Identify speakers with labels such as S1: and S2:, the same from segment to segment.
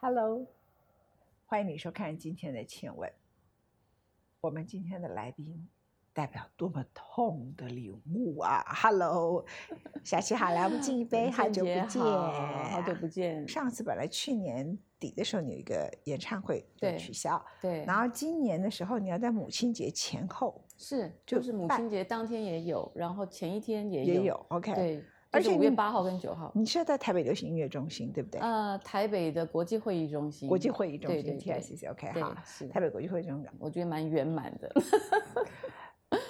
S1: Hello，
S2: 欢迎你收看今天的《请问》。我们今天的来宾代表多么痛的领悟啊！Hello，小 七好，来我们敬一杯，好久不见，
S3: 好久不见。
S2: 上次本来去年底的时候，你有一个演唱会就
S3: 对
S2: 取消，
S3: 对，
S2: 然后今年的时候你要在母亲节前后
S3: 是
S2: 就
S3: 就是母
S2: 拜
S3: 亲节当天也有，然后前一天也有，
S2: 也有，OK？，
S3: 对，
S2: 而且
S3: 五月
S2: 你
S3: 八号跟九号，
S2: 你是要在台北流行音乐中心对不对？
S3: 呃，台北的国际会议中心，
S2: 国际会议中
S3: 对
S2: 心
S3: 对对
S2: TICC OK
S3: 对
S2: 好，
S3: 是
S2: 台，北国际会议中心。
S3: 我觉得蛮圆满的，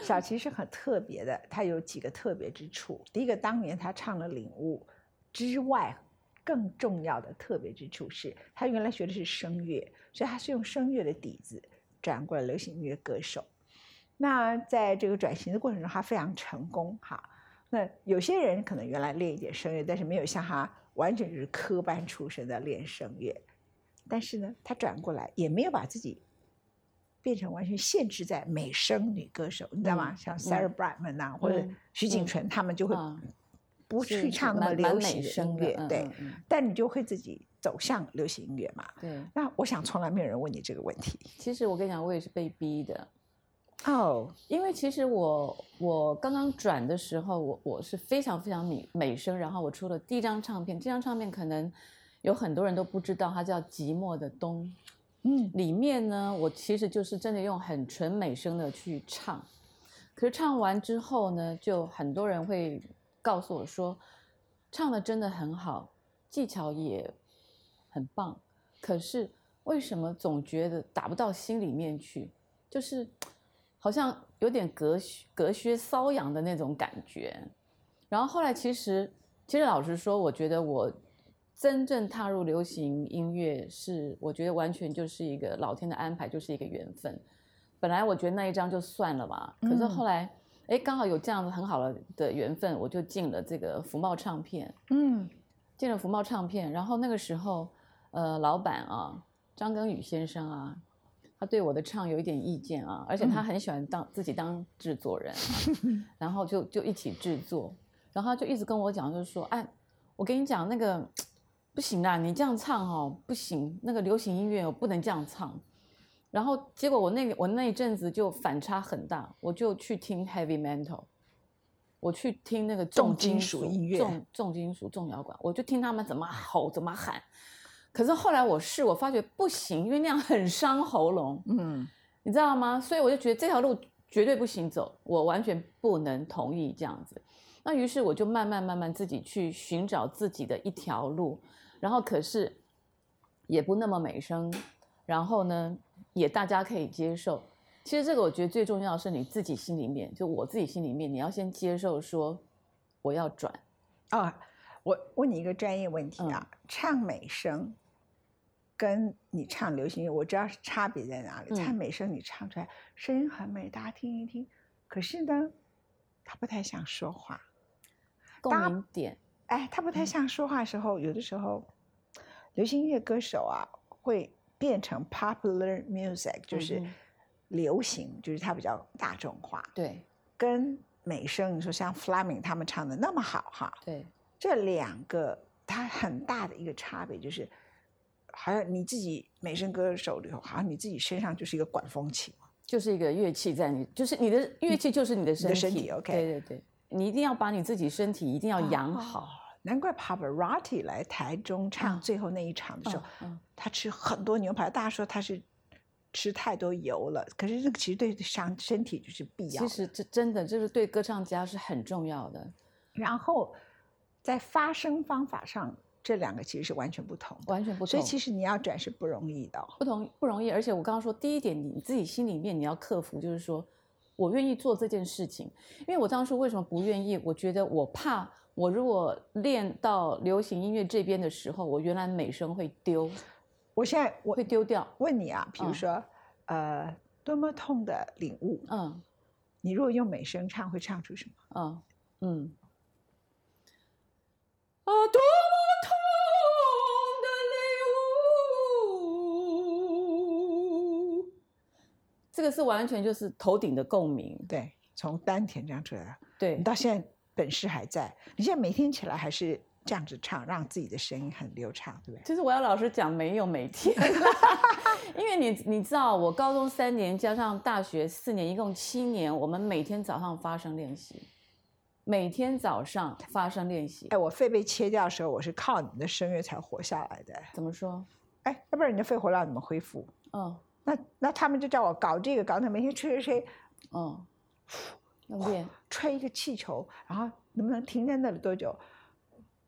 S2: 小齐是很特别的，他有几个特别之处。第一个，当年他唱了《领悟》之外，更重要的特别之处是，他原来学的是声乐，所以他是用声乐的底子转过来流行音乐歌手。那在这个转型的过程中，他非常成功哈。那有些人可能原来练一点声乐，但是没有像他完全就是科班出身的练声乐，但是呢，他转过来也没有把自己变成完全限制在美声女歌手，你知道吗？
S3: 嗯
S2: 像 Sarah
S3: 嗯
S2: Brightman 啊，或者
S3: 嗯
S2: 徐景
S3: 嗯
S2: 纯，他们就会
S3: 啊
S2: 不
S3: 是
S2: 去
S3: 是
S2: 唱那么
S3: 蛮蛮
S2: 流行
S3: 美
S2: 的
S3: 声
S2: 音
S3: 的
S2: 乐，
S3: 嗯
S2: 对，
S3: 嗯嗯
S2: 但你就会自己走向流行音乐嘛。
S3: 对。
S2: 那我想从来没有人问你这个问题
S3: 其实我跟你讲，我也是被逼的，
S2: 哦，
S3: 因为其实我我刚刚转的时候，我我是非常非常美美声，然后我出了第一张唱片，这张唱片可能有很多人都不知道，它叫《寂寞的冬》。
S2: 嗯，
S3: 里面呢，我其实就是真的用很纯美声的去唱，可是唱完之后呢，就很多人会告诉我说，唱的真的很好，技巧也很棒，可是为什么总觉得打不到心里面去，就是好像有点隔靴隔靴搔痒的那种感觉。然后后来其实，其实老实说，我觉得我真正踏入流行音乐是，我觉得完全就是一个老天的安排，就是一个缘分。本来我觉得那一张就算了嘛，可是
S2: 嗯
S3: 后来，哎、刚好有这样子很好的的缘分，我就进了这个福茂唱片。
S2: 嗯，
S3: 进了福茂唱片，然后那个时候，呃，老板啊，张庚宇先生啊，他对我的唱有一点意见啊，而且他
S2: 嗯
S3: 很喜欢当、自己当制作人、啊，然后就就一起制作，然后他就一直跟我讲，就是说，哎，我跟你讲那个不行啦，你这样唱哦不行，那个流行音乐哦不能这样唱。然后结果我那个我那一阵子就反差很大，我就去听 heavy metal，我去听那个
S2: 重金
S3: 金
S2: 属
S3: 属
S2: 音乐
S3: 重重金属、重摇滚，我就听他们怎么吼、怎么喊。可是后来我试，我发觉不行，因为那样很伤喉咙，
S2: 嗯，
S3: 你知道吗？所以我就觉得这条路绝对不行走，我完全不能同意这样子。那于是我就慢慢慢慢自己去寻找自己的一条路，然后可是也不那么美声，然后呢也大家可以接受。其实这个我觉得最重要的是你自己心里面，就我自己心里面，你要先接受说我要转，
S2: 啊、我问你一个专业问题
S3: 嗯
S2: 啊，唱美声跟你唱流行乐，我知道是差别在哪里。唱
S3: 嗯
S2: 美声你唱出来声音很美，大家听一听，可是呢，他不太想说话。
S3: 共
S2: 大家
S3: 鸣点，
S2: 哎，他不
S3: 嗯
S2: 太想说话的时候，有的时候，流行音乐歌手啊会变成 popular music，就是
S3: 嗯哼
S2: 流行，就是它比较大众化，
S3: 对
S2: 跟美声你说像 Flaming 他们唱的那么好哈，
S3: 对
S2: 这两个它很大的一个差别就是，好像你自己美声歌手里头，好像你自己身上就是一个管风琴，
S3: 就是一个乐器在你，就是你的乐器就是你的身体。
S2: 身体，OK
S3: 对对对，你一定要把你自己身体一定要养好。
S2: 哦难怪 Pavarotti 来台中唱
S3: 嗯
S2: 最后那一场的时候，
S3: 嗯嗯
S2: 他吃很多牛排，大家说他是吃太多油了，可是这个其实对伤身体就是必要
S3: 其
S2: 的。
S3: 实这真的就是对歌唱家是很重要的，
S2: 然后在发声方法上，这两个其实是完全不同的。
S3: 完全不同。
S2: 所以其
S3: 实
S2: 实你要转是不容易的哦、
S3: 不同不容易，而且我刚刚说第一点，你自己心里面你要克服，就是说我愿意做这件事情，因为我当初为什么不愿意？我觉得我怕。我如果练到流行音乐这边的时候，我原来美声会丢，
S2: 我现在我
S3: 会丢掉。
S2: 问你啊，比如
S3: 嗯
S2: 说，呃，多么痛的领悟，
S3: 嗯
S2: 你如果用美声唱，会唱出什么？
S3: 嗯嗯。啊，多么痛的领悟！这个是完全就是头顶的共鸣，
S2: 对，从丹田这样出来的。
S3: 对
S2: 你到现在本事还在，你现在每天起来还是这样子唱，让自己的声音很流畅，对不对？
S3: 其实我要老实讲，没有每天， 因为你你知道，我高中三年加上大学四年，一共七年，我们每天早上发声练习，每天早上发声练习。
S2: 哎，我肺被切掉的时候，我是靠你们的声乐才活下来的。
S3: 怎么说？
S2: 哎，要不然你的肺活量怎么恢复？
S3: 嗯
S2: 那那他们就叫我搞这个搞那个，每天吹吹吹，
S3: 嗯，要练。
S2: 吹一个气球，然后能不能停在那里多久？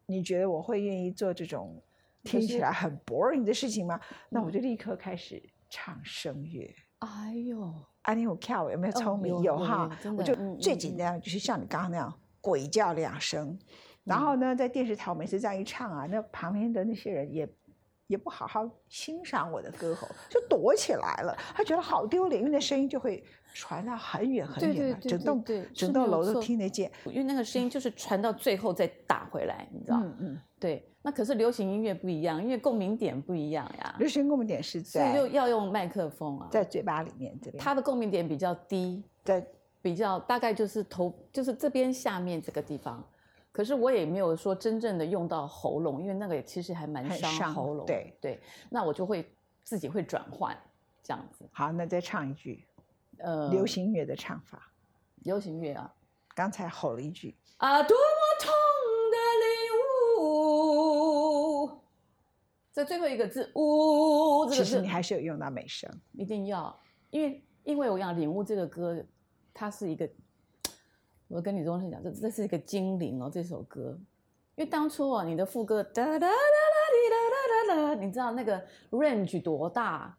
S2: 你觉得我会愿意做这种
S3: 可
S2: 听起
S3: 是
S2: 来很 boring 的事情吗？那我
S3: 嗯
S2: 就立刻开始唱声乐。
S3: 哎呦，
S2: 啊，你有跳舞有没有
S3: 哦
S2: 聪明？
S3: 有有
S2: 哈
S3: 有真，
S2: 我
S3: 的
S2: 就
S3: 嗯
S2: 最
S3: 嗯
S2: 简
S3: 嗯
S2: 单的就是像你刚刚那样鬼叫两声，然后
S3: 嗯
S2: 呢，在电视台我每次这样一唱啊，那旁边的那些人也也不好好欣赏我的歌喉，就躲起来了。他觉得好丢脸，因为那声音就会传到很远很
S3: 对
S2: 远
S3: 对
S2: 了，
S3: 对
S2: 整
S3: 对
S2: 栋
S3: 对是
S2: 整
S3: 没
S2: 栋
S3: 有
S2: 楼都
S3: 错
S2: 听得见。
S3: 因为那个声音就是传到最后再打回来，你知道？
S2: 嗯嗯，
S3: 对。那可是流行音乐不一样，因为共鸣点不一样呀，
S2: 流行共鸣点是
S3: 所以就
S2: 在
S3: 要用麦克风啊。
S2: 在嘴巴里面这边，
S3: 它的共鸣点比较低，
S2: 在
S3: 比较大概就是头，就是这边下面这个地方。可是我也没有说真正的用到喉咙，因为那个也其实还蛮
S2: 很
S3: 伤
S2: 伤
S3: 喉咙。
S2: 对
S3: 对，那我就会自己会转换这样子。
S2: 好，那再唱一句
S3: 呃，
S2: 流行音乐的唱法。
S3: 流行乐啊
S2: 刚才吼了一句，
S3: 啊，多么痛的领悟，这最后一个字“呜”，这
S2: 其
S3: 个
S2: 实
S3: 字
S2: 你还是有用到美声。
S3: 一定要，因为因为我讲《领悟》这个歌，它是一个，我跟李宗盛讲，这这是一个精灵哦，这首歌，因为当初哦，你的副歌哒哒哒哒哒哒哒哒，你知道那个 range 多大？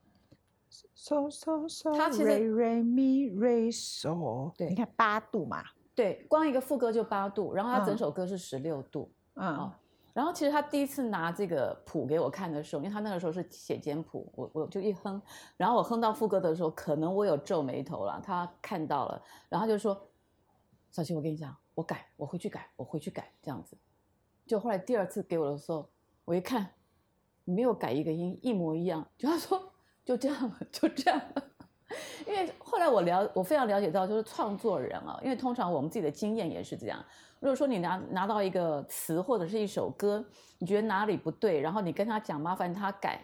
S2: So so so，
S3: 它其实
S2: re re mi re so，
S3: 对
S2: 你看八度嘛，
S3: 对，光一个副歌就八度，然后它整
S2: 嗯
S3: 首歌是十六度。
S2: 嗯
S3: 哦，然后其实他第一次拿这个谱给我看的时候，因为他那个时候是写简谱，我我就一哼，然后我哼到副歌的时候，可能我有皱眉头了，他看到了，然后他就说：“小琪，我跟你讲，我改，我回去改，我回去改。”这样子，就后来第二次给我的时候，我一看，没有改一个音，一模一样，就他说就这样了，就这样了。 因为后来我了，我非常了解到，就是创作人啊，因为通常我们自己的经验也是这样。如果说你拿拿到一个词或者是一首歌，你觉得哪里不对，然后你跟他讲，麻烦他改，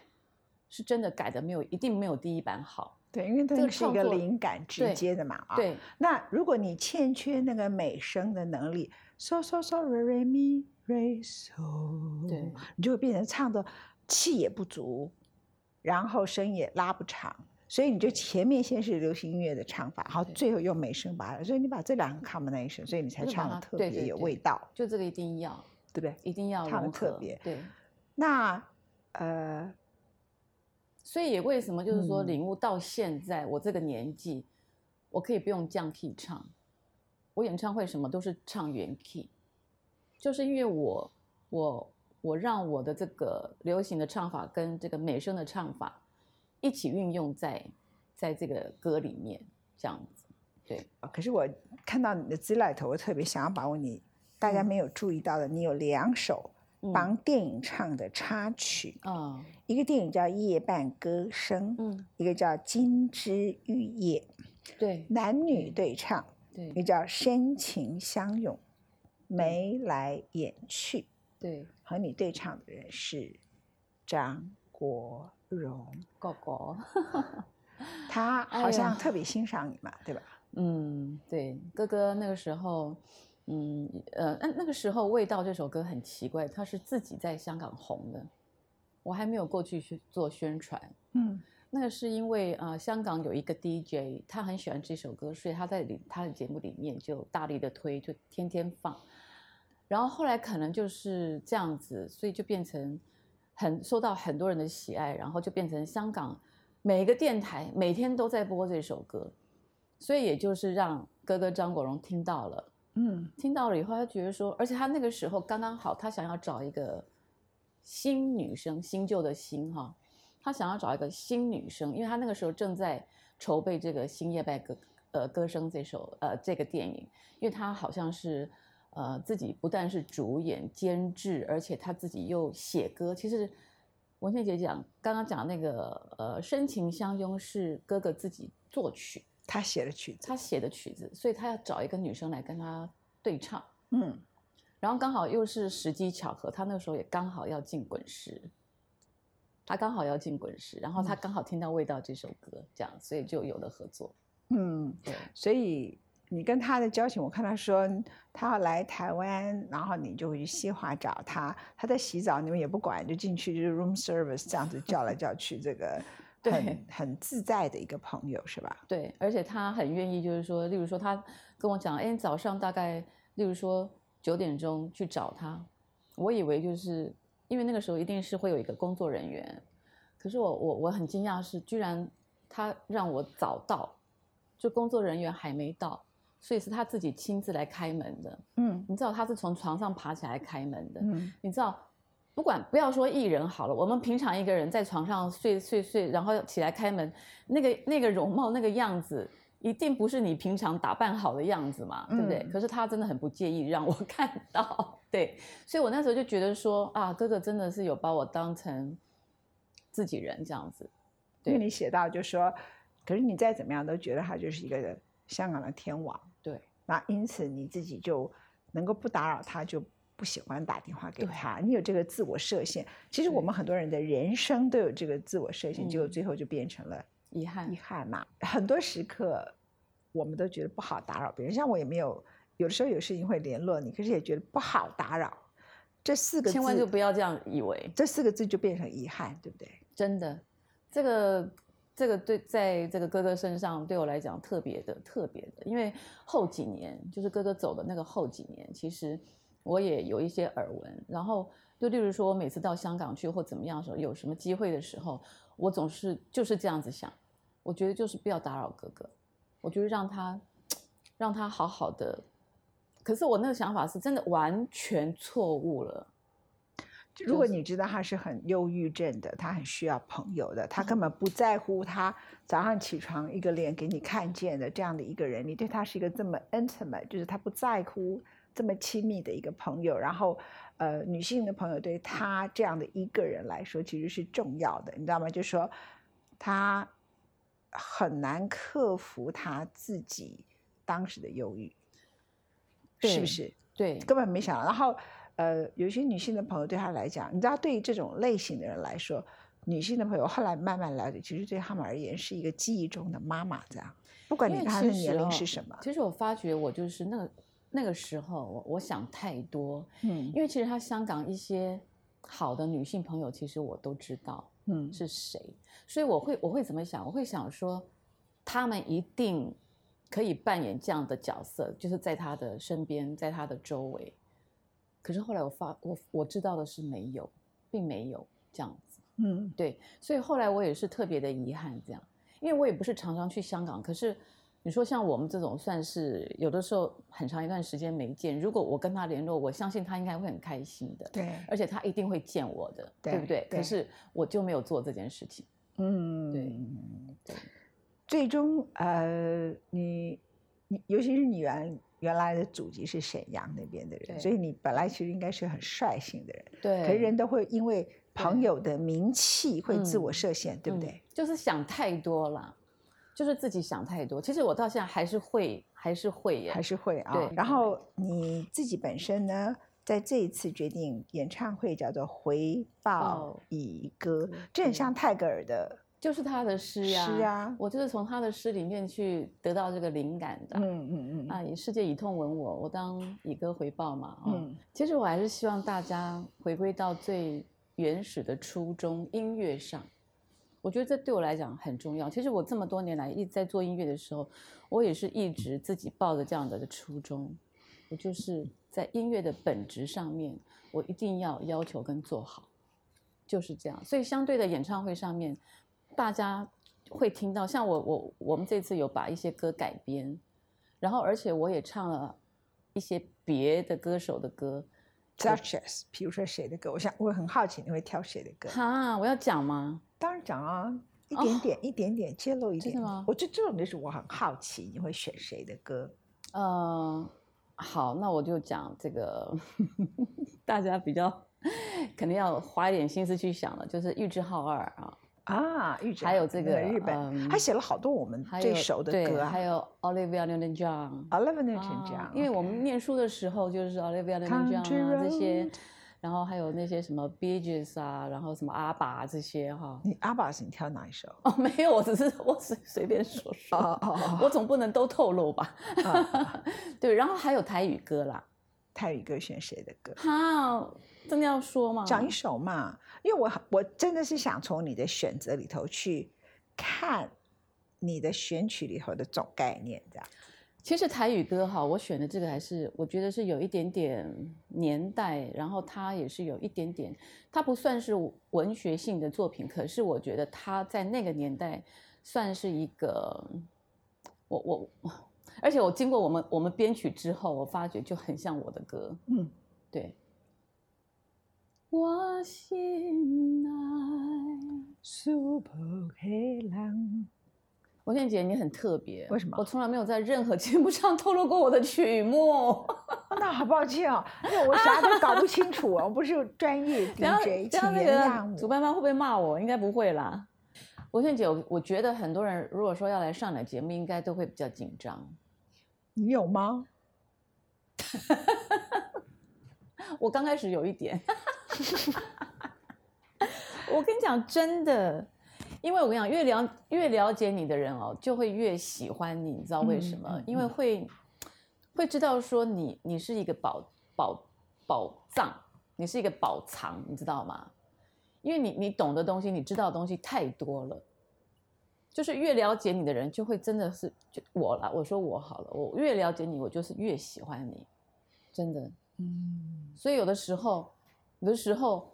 S3: 是真的改的没有，一定没有第一版好。
S2: 对，因为它
S3: 这个
S2: 是一
S3: 创
S2: 个
S3: 作
S2: 灵感直
S3: 对
S2: 接的嘛啊。，
S3: 对，
S2: 那如果你欠缺那个美声的能力，so so so re re mi re so，
S3: 对，
S2: 你就会变成唱的气也不足，然后声也拉不长。所以你就前面先是流行音乐的唱法，然后
S3: 对
S2: 最后用美声把它，所以你把这两个 combination，所以你才
S3: 就把
S2: 唱的
S3: 它
S2: 特
S3: 对
S2: 别
S3: 对
S2: 有
S3: 对
S2: 味道，
S3: 就这个一定要，
S2: 对不对？
S3: 一定要
S2: 唱得
S3: 融
S2: 特
S3: 合
S2: 别
S3: 对，
S2: 那呃，
S3: 所以也为什么就是说
S2: 嗯
S3: 领悟到现在、我这个年纪，我可以不用降 key 唱，我演唱会什么都是唱原 key，就是因为我我我让我的这个流行的唱法跟这个美声的唱法一起运用在在这个歌里面，这样子。
S2: 啊可是我看到你的资料里头，我特别想要把握你大家
S3: 嗯
S2: 没有注意到的，你有两首
S3: 嗯
S2: 帮电影唱的插曲，
S3: 啊
S2: 一个电影叫《夜半歌声》，
S3: 嗯，
S2: 一个叫《金枝玉叶》，
S3: 对
S2: 男
S3: 嗯
S2: 女对唱，一个
S3: 对
S2: 叫《深情相拥》，眉来眼去，
S3: 对，
S2: 和你对唱的人是张国荣，
S3: 狗狗，
S2: 他
S3: 哎
S2: 好
S3: 呀
S2: 像特别欣赏你嘛，对吧？
S3: 嗯，对，哥哥那个时候，嗯呃，那那个时候《味道》这首歌很奇怪，它是自己在香港红的，我还没有过去去做宣传。
S2: 嗯，
S3: 那个是因为啊、呃香港有一个 DJ，他很喜欢这首歌，所以他在里他的节目里面就大力的推，就天天放。然后后来可能就是这样子，所以就变成很受到很多人的喜爱，然后就变成香港每个电台每天都在播这首歌，所以也就是让哥哥张国荣听到了。
S2: 嗯，
S3: 听到了以后，他觉得说，而且他那个时候刚刚好，他想要找一个新女生，新旧的新哈，他想要找一个新女生，因为他那个时候正在筹备这个《新夜半歌》呃歌声这首呃这个电影，因为他好像是呃自己不但是主演、监制，而且他自己又写歌。其实文倩姐讲刚刚讲那个呃《深情相拥》是哥哥自己作曲，
S2: 他写的曲子，
S3: 他写的曲子，所以他要找一个女生来跟他对唱。
S2: 嗯。
S3: 然后刚好又是时机巧合，他那时候也刚好要进滚石，他刚好要进滚石，然后他刚好听到《味道》这首歌，这样，所以就有了合作。
S2: 嗯，
S3: 对，
S2: 所以你跟他的交情，我看他说他要来台湾，然后你就会去西华找他。他在洗澡，你们也不管，就进去就是 room service 这样子 叫来叫去，这个
S3: 对
S2: 很很自在的一个朋友是吧？
S3: 对，而且他很愿意，就是说，例如说，他跟我讲，哎，早上大概，例如说九点钟去找他，我以为就是因为那个时候一定是会有一个工作人员，可是我我我很惊讶的是，居然他让我早到，就工作人员还没到，所以是他自己亲自来开门的。
S2: 嗯
S3: 你知道他是从床上爬起来开门的，
S2: 嗯
S3: 你知道，不管不要说艺人好了，我们平常一个人在床上睡睡睡，然后起来开门，那个那个容貌那个样子，一定不是你平常打扮好的样子嘛，对不对？
S2: 嗯
S3: 可是他真的很不介意让我 看到，对，所以我那时候就觉得说啊，哥哥真的是有把我当成自己人这样子，
S2: 因为
S3: 对
S2: 你写到就说，可是你再怎么样都觉得他就是一个香港的天王，
S3: 对
S2: 那因此你自己就能够不打扰他，就不喜欢打电话给
S3: 对
S2: 他，你有这个自我设限。其实我
S3: 对
S2: 们很多人的人生都有这个自我设限，结果
S3: 嗯
S2: 最后就变成了
S3: 遗憾
S2: 遗，憾嘛。很多时刻我们都觉得不好打扰别人，像我也没有，有的时候有事情会联络你，可是也觉得不好打扰。这四个字
S3: 千万就不要这样以为。
S2: 这四个字就变成遗憾，对不对？
S3: 真的，这个这个对，在这个哥哥身上对我来讲特别的特别的，因为后几年就是哥哥走的那个后几年，其实我也有一些耳闻，然后就例如说，我每次到香港去或怎么样的时候，有什么机会的时候，我总是就是这样子想，我觉得就是不要打扰哥哥，我觉得让他让他好好的。可是我那个想法是真的完全错误了，
S2: 如果你知道他是很忧郁症的，他很需要朋友的，他根本不在乎他早上起床一个脸给你看见的这样的一个人，你对他是一个这么 intimate，就是他不在乎这么亲密的一个朋友，然后呃，女性的朋友对他这样的一个人来说其实是重要的，你知道吗？就说他很难克服他自己当时的忧郁，是
S3: 对
S2: 不是？
S3: 对，
S2: 根本没想到。然后，呃，有一些女性的朋友对她来讲，你知道，对于这种类型的人来说，女性的朋友后来慢慢了解，其实对他们而言是一个记忆中的妈妈，这样，不管你
S3: 因为
S2: 跟她的
S3: 其实
S2: 年龄
S3: 哦
S2: 是什么，
S3: 其实我发觉我就是那个那个时候，我我想太多，
S2: 嗯
S3: 因为其实他香港一些好的女性朋友，其实我都知道
S2: 嗯
S3: 是谁，所以我会我会怎么想？我会想说，他们一定可以扮演这样的角色，就是在他的身边，在他的周围。可是后来我发我我知道的是没有，并没有这样子。
S2: 嗯
S3: 对，所以后来我也是特别的遗憾，这样，因为我也不是常常去香港，可是你说像我们这种算是有的时候很长一段时间没见，如果我跟他联络，我相信他应该会很开心的，
S2: 对，
S3: 而且他一定会见我的，对
S2: 对
S3: 不对？
S2: 对
S3: 可是我就没有做这件事情，
S2: 嗯
S3: 对对
S2: 最终，呃，你你尤其是你原原来的祖籍是沈阳那边的人，
S3: 对
S2: 所以你本来其实应该是很率性的人，
S3: 对
S2: 可是人都会因为朋
S3: 对
S2: 友的名气会自我
S3: 嗯
S2: 设限，对不
S3: 嗯
S2: 对？
S3: 就是想太多啦，就是自己想太多。其实我到现在还是会，还是会耶，
S2: 还是会啊。
S3: 对
S2: 然后你自己本身呢，在这一次决定演唱会叫做《回报
S3: 报
S2: 以歌》，
S3: 歌
S2: 这很像泰戈尔的
S3: 就是他的诗
S2: 诗
S3: 呀、
S2: 啊。
S3: 我就是从他的诗里面去得到这个灵感的。
S2: 嗯嗯嗯
S3: 啊，以世界以痛吻我，我当以歌回报嘛。哦、
S2: 嗯
S3: 其实我还是希望大家回归到最原始的初衷，音乐上，我觉得这对我来讲很重要。其实我这么多年来一直在做音乐的时候，我也是一直自己抱着这样的初衷，我就是在音乐的本质上面，我一定要要求跟做好，就是这样。所以相对的演唱会上面，大家会听到，像我我我们这次有把一些歌改编，然后而且我也唱了一些别的歌手的歌。
S2: ，such as，比如说谁的歌，我想我很好奇你会挑谁的歌。
S3: 哈，我要讲吗？
S2: 当然讲啊，一
S3: 哦
S2: 点点、一点点揭露一
S3: 真的
S2: 点
S3: 吗
S2: 我觉得这种就是我很好奇你会选谁的歌。
S3: 呃，好，那我就讲这个， 大家比较肯定要花一点心思去想了，就是玉置浩二啊，
S2: 啊，玉珍
S3: 还有这
S2: 那
S3: 个
S2: 日本，
S3: 嗯
S2: 他写了好多我们
S3: 还有
S2: 最熟的
S3: 对
S2: 歌啊
S3: 还有 Olivia Newton-John，
S2: ，Oliver
S3: 啊
S2: Newton 这样，
S3: 因为我们念书的时候就是 Olivia Newton-John 啊
S2: Country
S3: 这些
S2: road，
S3: 然后还有那些什么 Bee Gees 啊，然后什么阿爸这些哈。
S2: 你阿爸是你挑哪一首？
S3: 哦， 没有，我只是我随随便说说，
S2: 哦哦哦
S3: 我总不能都透露吧？
S2: 啊
S3: 对，然后还有台语歌啦，
S2: 泰语歌选谁的歌？
S3: 哈，真的要说吗？
S2: 讲一首嘛，因为我很我真的是想从你的选择里头去看你的选曲里头的总概念，这样
S3: 其实台语歌哈，我选的这个还是我觉得是有一点点年代，然后它也是有一点点，它不算是文学性的作品，可是我觉得它在那个年代算是一个，我我，而且我经过我们我们编曲之后，我发觉就很像我的歌，
S2: 嗯，
S3: 对。我心爱，
S2: ，Super 黑狼，
S3: 我燕姐你很特别，
S2: 为什么
S3: 我从来没有在任何节目上透露过我的曲目。
S2: 哦那好抱歉哦，因为我啥都搞不清楚啊，我不是专 业
S3: 然后，
S2: DJ，
S3: 然后
S2: 请
S3: 那
S2: 原
S3: 个
S2: 谅
S3: 主
S2: 我。
S3: 办方会不会骂我？应该不会啦。文倩姐，我我觉得很多人如果说要来上你的节目，应该都会比较紧张。
S2: 你有吗？
S3: 我刚开始有一点， 我跟你讲真的，因为我跟你讲，越了越了解你的人哦，就会越喜欢你，你知道为什么？
S2: 嗯嗯
S3: 因为
S2: 嗯
S3: 会会知道说你你是一个宝宝宝藏，你是一个宝藏，你知道吗？因为你你懂的东西，你知道的东西太多了。就是越了解你的人，就会真的是就我啦。我说我好了，我越了解你，我就是越喜欢你，真的。
S2: 嗯，
S3: 所以有的时候，有的时候，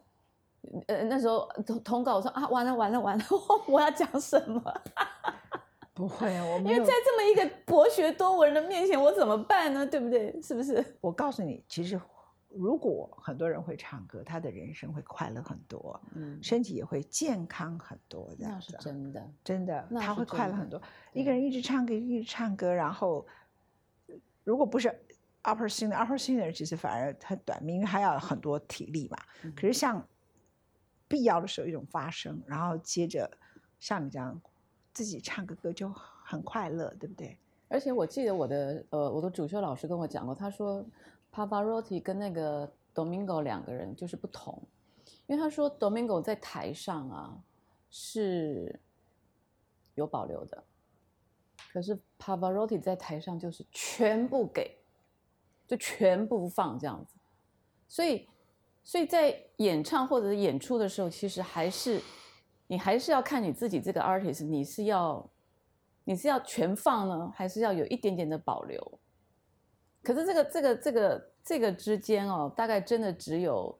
S3: 呃，那时候通通告我说啊，完了完了完了， 我我要讲什么？
S2: 不会啊，我
S3: 因
S2: 没
S3: 为
S2: 有
S3: 在。这么一个博学多闻的面前，我怎么办呢？对不对？是不是？
S2: 我告诉你，其实如果很多人会唱歌，他的人生会快乐很多，
S3: 嗯，
S2: 身体也会健康很多，这
S3: 那
S2: 样
S3: 是
S2: 子啊。
S3: 真的。
S2: 真的，
S3: 那
S2: 他
S3: 是
S2: 会快
S3: 真
S2: 乐
S3: 的
S2: 很多。一个人一直唱歌，一直唱歌，然后呃如果不是 upper singer，upper singer 其实反而很短命，因为他要很多体力嘛。
S3: 嗯
S2: 可是像必要的时候一种发声，然后接着像你这样自己唱个歌就很快乐，对不对？
S3: 而且我记得我的呃，我的主修老师跟我讲过，他说 Pavarotti 跟那个 Domingo 两个人就是不同，因为他说 Domingo 在台上啊是有保留的，可是 Pavarotti 在台上就是全部给，就全部放这样子，所以所以在演唱或者是演出的时候，其实还是你还是要看你自己这个 artist，你是要你是要全放呢，还是要有一点点的保留？可是这个这个这个这个之间哦，大概真的只有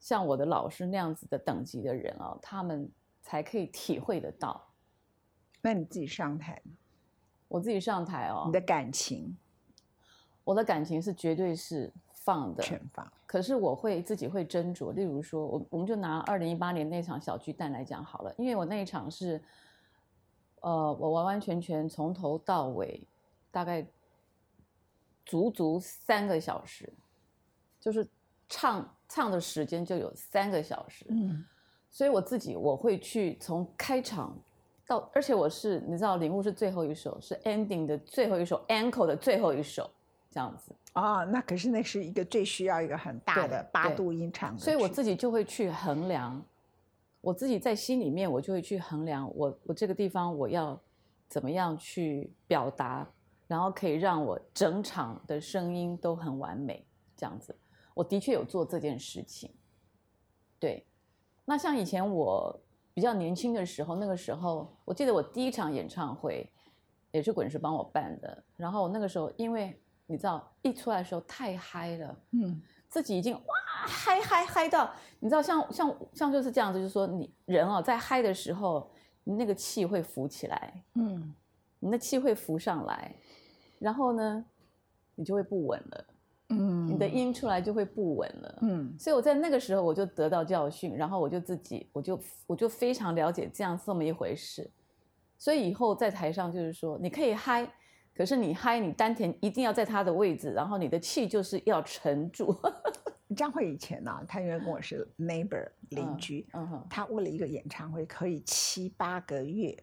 S3: 像我的老师那样子的等级的人哦，他们才可以体会得到。
S2: 那你自己上台，
S3: 我自己上台哦，
S2: 你的感情
S3: 我的感情是绝对是放的，
S2: 全放。
S3: 可是我会自己会斟酌，例如说，我我们就拿二零一八年那场小巨蛋来讲好了，因为我那一场是，呃，我完完全全从头到尾，大概足足三个小时，就是唱唱的时间就有三个小时，
S2: 嗯，
S3: 所以我自己我会去从开场到，而且我是你知道，领悟是最后一首，是 ending 的最后一首，ankle 的最后一首，这样子。
S2: 哦，那可是那是一个最需要一个很大
S3: 对
S2: 的八
S3: 对
S2: 度音场的曲，
S3: 所以我自己就会去衡量，我自己在心里面我就会去衡量我我这个地方我要怎么样去表达，然后可以让我整场的声音都很完美，这样子，我的确有做这件事情。对，那像以前我比较年轻的时候，那个时候我记得我第一场演唱会也是滚石帮我办的，然后那个时候因为你知道一出来的时候太嗨了。
S2: 嗯
S3: 自己已经哇嗨嗨嗨到，你知道像像像就是这样子，就是说你人哦在嗨的时候，你那个气会浮起来，
S2: 嗯
S3: 你那气会浮上来，然后呢，你就会不稳了，
S2: 嗯
S3: 你的音出来就会不稳了。
S2: 嗯
S3: 所以我在那个时候我就得到教训，然后我就自己，我就我就非常了解这样这么一回事。所以以后在台上就是说，你可以嗨，可是你嗨，你丹田一定要在它的位置，然后你的气就是要沉住。
S2: 张惠以前呢、她原来跟我是 neighbor 邻
S3: 嗯
S2: 居，
S3: 嗯哼，
S2: 她为了一个演唱会可以七八个月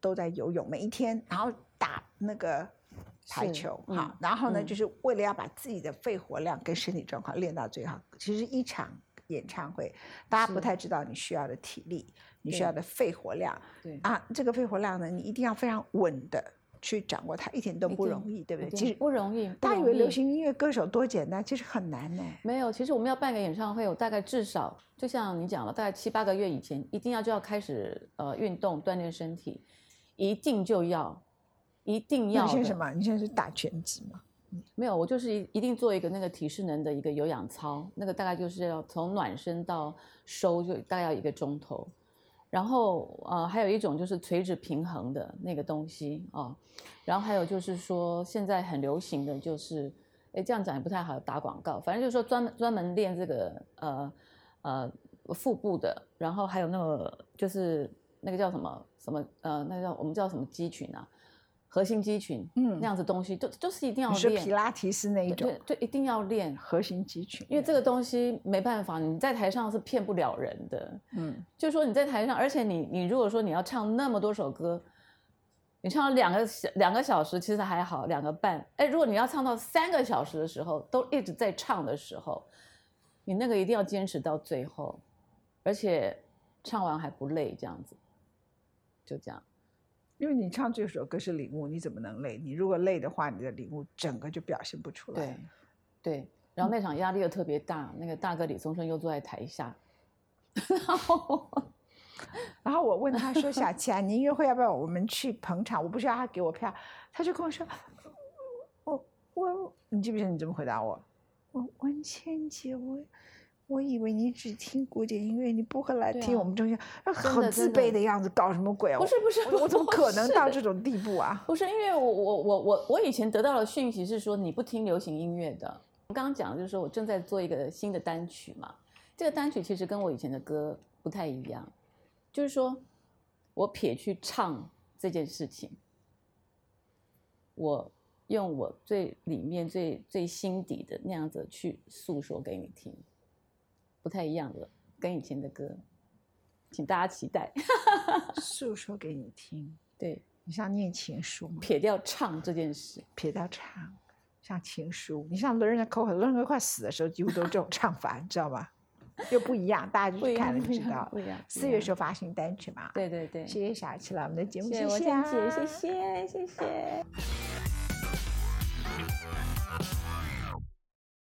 S2: 都在游泳，每一天，然后打那个排
S3: 是
S2: 球，
S3: 嗯
S2: 好，然后呢，
S3: 嗯
S2: 就是为了要把自己的肺活量跟身体状况练到最好。其实一场演唱会，大家不
S3: 是
S2: 太知道你需要的体力，你需
S3: 对
S2: 要的肺活量，
S3: 对，
S2: 啊，这个肺活量呢，你一定要非常稳的去掌握它，一点都
S3: 一
S2: 不
S3: 定
S2: 容易，对不对？
S3: 一定
S2: 其实
S3: 不容易，不
S2: 大家以
S3: 容
S2: 为流
S3: 易
S2: 行音乐歌手多简单，其实很难呢、
S3: 没有，其实我们要办个演唱会，我大概至少就像你讲了，大概七八个月以前，一定要就要开始呃运动锻炼身体，一定就要，一定
S2: 那
S3: 要
S2: 你现在什
S3: 的
S2: 么？啊你现在是打全职吗？
S3: 没有，我就是一一定做一个那个体适能的一个有氧操，那个大概就是要从暖身到收，就大概要一个钟头。然后呃，还有一种就是垂直平衡的那个东西啊、然后还有就是说现在很流行的就是，哎，这样讲也不太好打广告，反正就是说专门专门练这个呃呃腹部的，然后还有那个就是那个叫什么什么呃，那个叫我们叫什么肌群啊，核心肌群，
S2: 嗯
S3: 那样子东西，就就是一定要
S2: 你说
S3: 练。
S2: 皮拉提斯那一种
S3: 对对，就一定要练，
S2: 核心肌群，
S3: 因为这个东西没办法，你在台上是骗不了人的。
S2: 嗯，
S3: 就是说你在台上，而且你你如果说你要唱那么多首歌，你唱了两个小两个小时其实还好，两个半。哎，如果你要唱到三个小时的时候，都一直在唱的时候，你那个一定要坚持到最后，而且唱完还不累，这样子，就这样。
S2: 因为你唱这首歌是领悟，你怎么能累？你如果累的话，你的领悟整个就表现不出来。
S3: 对，对。然后那场压力又特别大，那个大哥李宗盛又坐在台下， 然后。
S2: 然后我问他说：“小琪啊，你音乐会要不要我们去捧场？我不需要他给我票。”他就跟我说：“我我，你记不记得你怎么回答我？我文倩姐，我我以为你只听古典音乐，你不会来
S3: 对
S2: 听
S3: 啊
S2: 我们中间，那
S3: 真的
S2: 很自
S3: 真的
S2: 卑的样子，搞什么鬼啊？
S3: 不是不是
S2: 我我怎么
S3: 不
S2: 可能
S3: 是
S2: 到
S3: 的
S2: 这种地步啊？
S3: 不是因为我我我我我以前得到的讯息是说你不听流行音乐的。我刚刚讲的就是说我正在做一个新的单曲嘛，这个单曲其实跟我以前的歌不太一样，就是说我撇去唱这件事情，我用我最里面最最心底的那样子去诉说给你听，不太一样的，跟以前的歌，请大家期待。
S2: 诉说给你听，
S3: 对，
S2: 你像念情书吗？
S3: 撇掉唱这件事。
S2: 撇到唱，像情书，你像 Learn a c o h e l e a r n a 快死的时候，几乎都是 这种唱法，你知道吗？又不一样，大家就
S3: 不一
S2: 去看
S3: 样，
S2: 了
S3: 不
S2: 就
S3: 一
S2: 知道
S3: 样，。不一样。
S2: 四月时候发行单曲嘛。，
S3: 对对对，
S2: 谢谢小七来我们的节目，啊
S3: 谢谢我
S2: 谢啊
S3: 倩姐，谢谢谢谢。